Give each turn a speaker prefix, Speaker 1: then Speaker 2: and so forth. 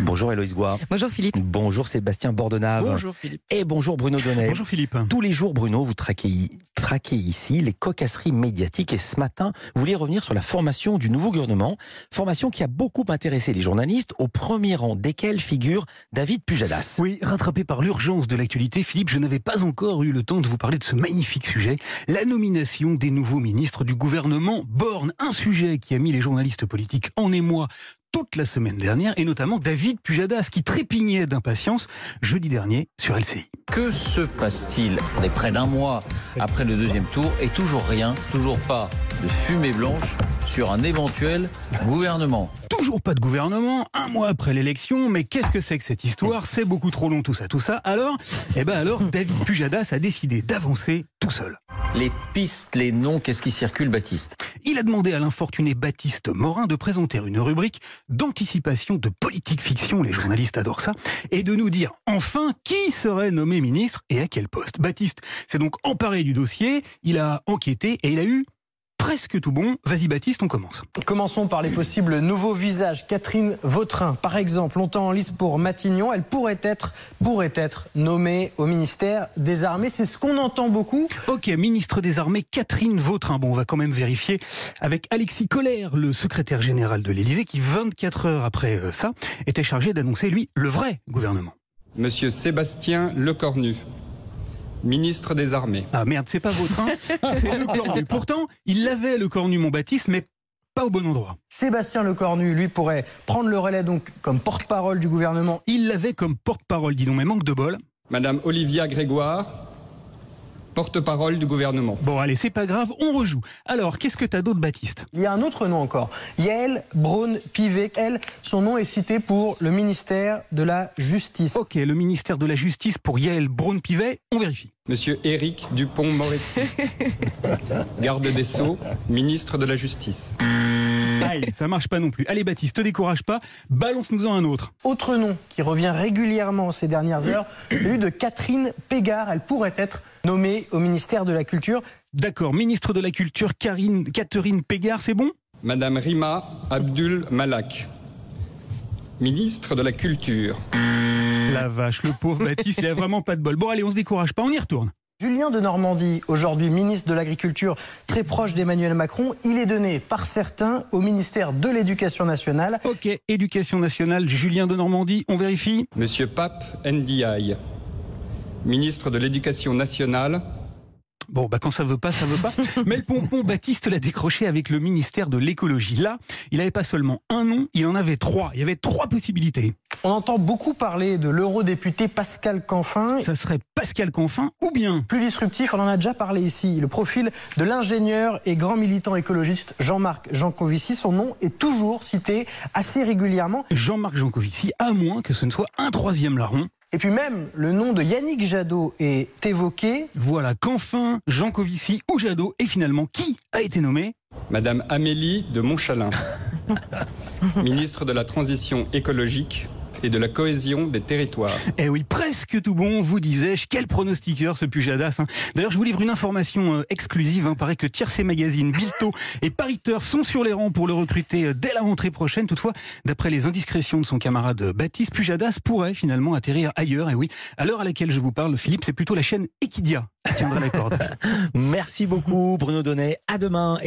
Speaker 1: Bonjour Héloïse Goua.
Speaker 2: Bonjour Philippe.
Speaker 1: Bonjour Sébastien Bordonave.
Speaker 3: Bonjour Philippe.
Speaker 1: Et bonjour Bruno Donnet.
Speaker 3: Bonjour Philippe.
Speaker 1: Tous les jours, Bruno, vous traquez, traquez ici les cocasseries médiatiques. Et ce matin, vous voulez revenir sur la formation du nouveau gouvernement. Formation qui a beaucoup intéressé les journalistes, au premier rang desquels figure David Pujadas.
Speaker 3: Oui, rattrapé par l'urgence de l'actualité, Philippe, je n'avais pas encore eu le temps de vous parler de ce magnifique sujet, la nomination des nouveaux ministres du gouvernement Borne. Un sujet qui a mis les journalistes politiques en émoi toute la semaine dernière, et notamment David Pujadas, qui trépignait d'impatience jeudi dernier sur LCI.
Speaker 4: Que se passe-t-il On est près d'un mois après le deuxième tour et toujours rien, toujours pas de fumée blanche sur un éventuel gouvernement.
Speaker 3: Toujours pas de gouvernement, un mois après l'élection, mais qu'est-ce que c'est que cette histoire C'est beaucoup trop long tout ça, tout ça. Alors, eh ben alors, David Pujadas a décidé d'avancer tout seul.
Speaker 4: Les pistes, les noms, qu'est-ce qui circule, Baptiste
Speaker 3: Il a demandé à l'infortuné Baptiste Morin de présenter une rubrique d'anticipation de politique fiction, les journalistes adorent ça, et de nous dire enfin qui serait nommé ministre et à quel poste. Baptiste s'est donc emparé du dossier, il a enquêté et il a eu presque tout bon. Vas-y Baptiste, on commence.
Speaker 5: Commençons par les possibles nouveaux visages. Catherine Vautrin, par exemple, longtemps en lice pour Matignon, elle pourrait être, pourrait être nommée au ministère des Armées. C'est ce qu'on entend beaucoup.
Speaker 3: Ok, ministre des Armées, Catherine Vautrin. Bon, on va quand même vérifier avec Alexis Collère, le secrétaire général de l'Élysée, qui 24 heures après euh, ça était chargé d'annoncer, lui, le vrai gouvernement.
Speaker 6: Monsieur Sébastien Lecornu, ministre des Armées.
Speaker 3: Ah merde, c'est pas Vautrin, c'est le cornu. Pourtant, il l'avait le cornu, mon Baptiste, mais pas au bon endroit.
Speaker 5: Sébastien Lecornu, lui, pourrait prendre le relais donc comme porte-parole du gouvernement.
Speaker 3: Il l'avait comme porte-parole, dis donc, mais manque de bol.
Speaker 6: Madame Olivia Grégoire, porte-parole du gouvernement.
Speaker 3: Bon, allez, c'est pas grave, on rejoue. Alors, qu'est-ce que t'as d'autre, Baptiste
Speaker 5: Il y a un autre nom encore. Yael Braun-Pivet. Elle, son nom est cité pour le ministère de la Justice.
Speaker 3: Ok, le ministère de la Justice pour Yael Braun-Pivet, on vérifie.
Speaker 6: Monsieur Éric Dupont-Moretti, garde des Sceaux, ministre de la Justice.
Speaker 3: Aïe, ça marche pas non plus. Allez, Baptiste, te décourage pas, balance-nous-en un autre.
Speaker 5: Autre nom qui revient régulièrement ces dernières heures, celui de Catherine Pégard. Elle pourrait être nommée au ministère de la Culture.
Speaker 3: D'accord, ministre de la Culture, Karine, Catherine Pégard, c'est bon
Speaker 6: Madame Rima Abdul Malak, ministre de la Culture.
Speaker 3: La vache, le pauvre Baptiste, il a vraiment pas de bol. Bon, allez, on se décourage pas, on y retourne.
Speaker 5: Julien de Normandie, aujourd'hui ministre de l'Agriculture, très proche d'Emmanuel Macron, il est donné par certains au ministère de l'Éducation nationale.
Speaker 3: Ok, éducation nationale, Julien de Normandie, on vérifie
Speaker 6: Monsieur Pape Ndiaye, ministre de l'Éducation nationale.
Speaker 3: Bon, bah quand ça veut pas, ça veut pas. Mais le pompon Baptiste l'a décroché avec le ministère de l'écologie. Là, il avait pas seulement un nom, il en avait trois. Il y avait trois possibilités.
Speaker 5: On entend beaucoup parler de l'eurodéputé Pascal Canfin.
Speaker 3: Ça serait Pascal Canfin ou bien
Speaker 5: Plus disruptif, on en a déjà parlé ici, le profil de l'ingénieur et grand militant écologiste Jean-Marc Jancovici. Son nom est toujours cité assez régulièrement.
Speaker 3: Jean-Marc Jancovici, à moins que ce ne soit un troisième larron.
Speaker 5: Et puis même, le nom de Yannick Jadot est évoqué.
Speaker 3: Voilà qu'enfin, Jancovici ou Jadot, et finalement, qui a été nommé
Speaker 6: Madame Amélie de Montchalin, ministre de la Transition écologique et de la cohésion des territoires.
Speaker 3: Eh oui, presque tout bon, vous disais-je. Quel pronostiqueur ce Pujadas. hein. D'ailleurs, je vous livre une information euh, exclusive. Hein. Paraît que Tiercé Magazine, Bilto et Paris Turf sont sur les rangs pour le recruter euh, dès la rentrée prochaine. Toutefois, d'après les indiscrétions de son camarade euh, Baptiste, Pujadas pourrait finalement atterrir ailleurs. Et oui, à l'heure à laquelle je vous parle, Philippe, c'est plutôt la chaîne Equidia qui tiendra la corde.
Speaker 1: Merci beaucoup Bruno Donnet. À demain.